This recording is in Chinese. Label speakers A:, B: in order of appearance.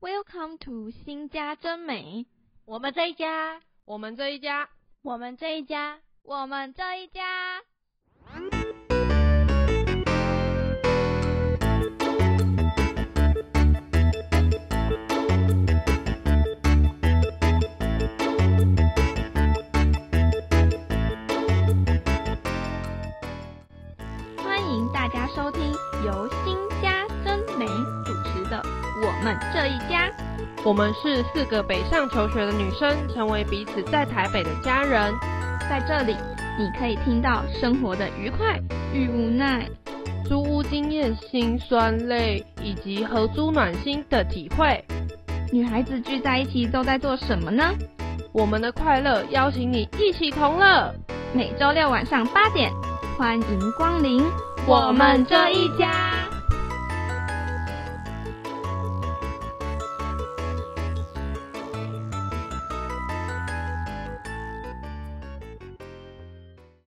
A: Welcome to 新家真美，
B: 我们这一家，我们这一家，
A: 我们这一家，我们这一家。欢迎大家收听由新家真美主持的《我们这一家》。
B: 我们是四个北上求学的女生，成为彼此在台北的家人。
A: 在这里，你可以听到生活的愉快与无奈。
B: 租屋经验、辛酸泪以及合租暖心的体会，
A: 女孩子聚在一起都在做什么呢？
B: 我们的快乐邀请你一起同乐。
A: 每周六晚上八点，欢迎光临
B: 我们这一
A: 家。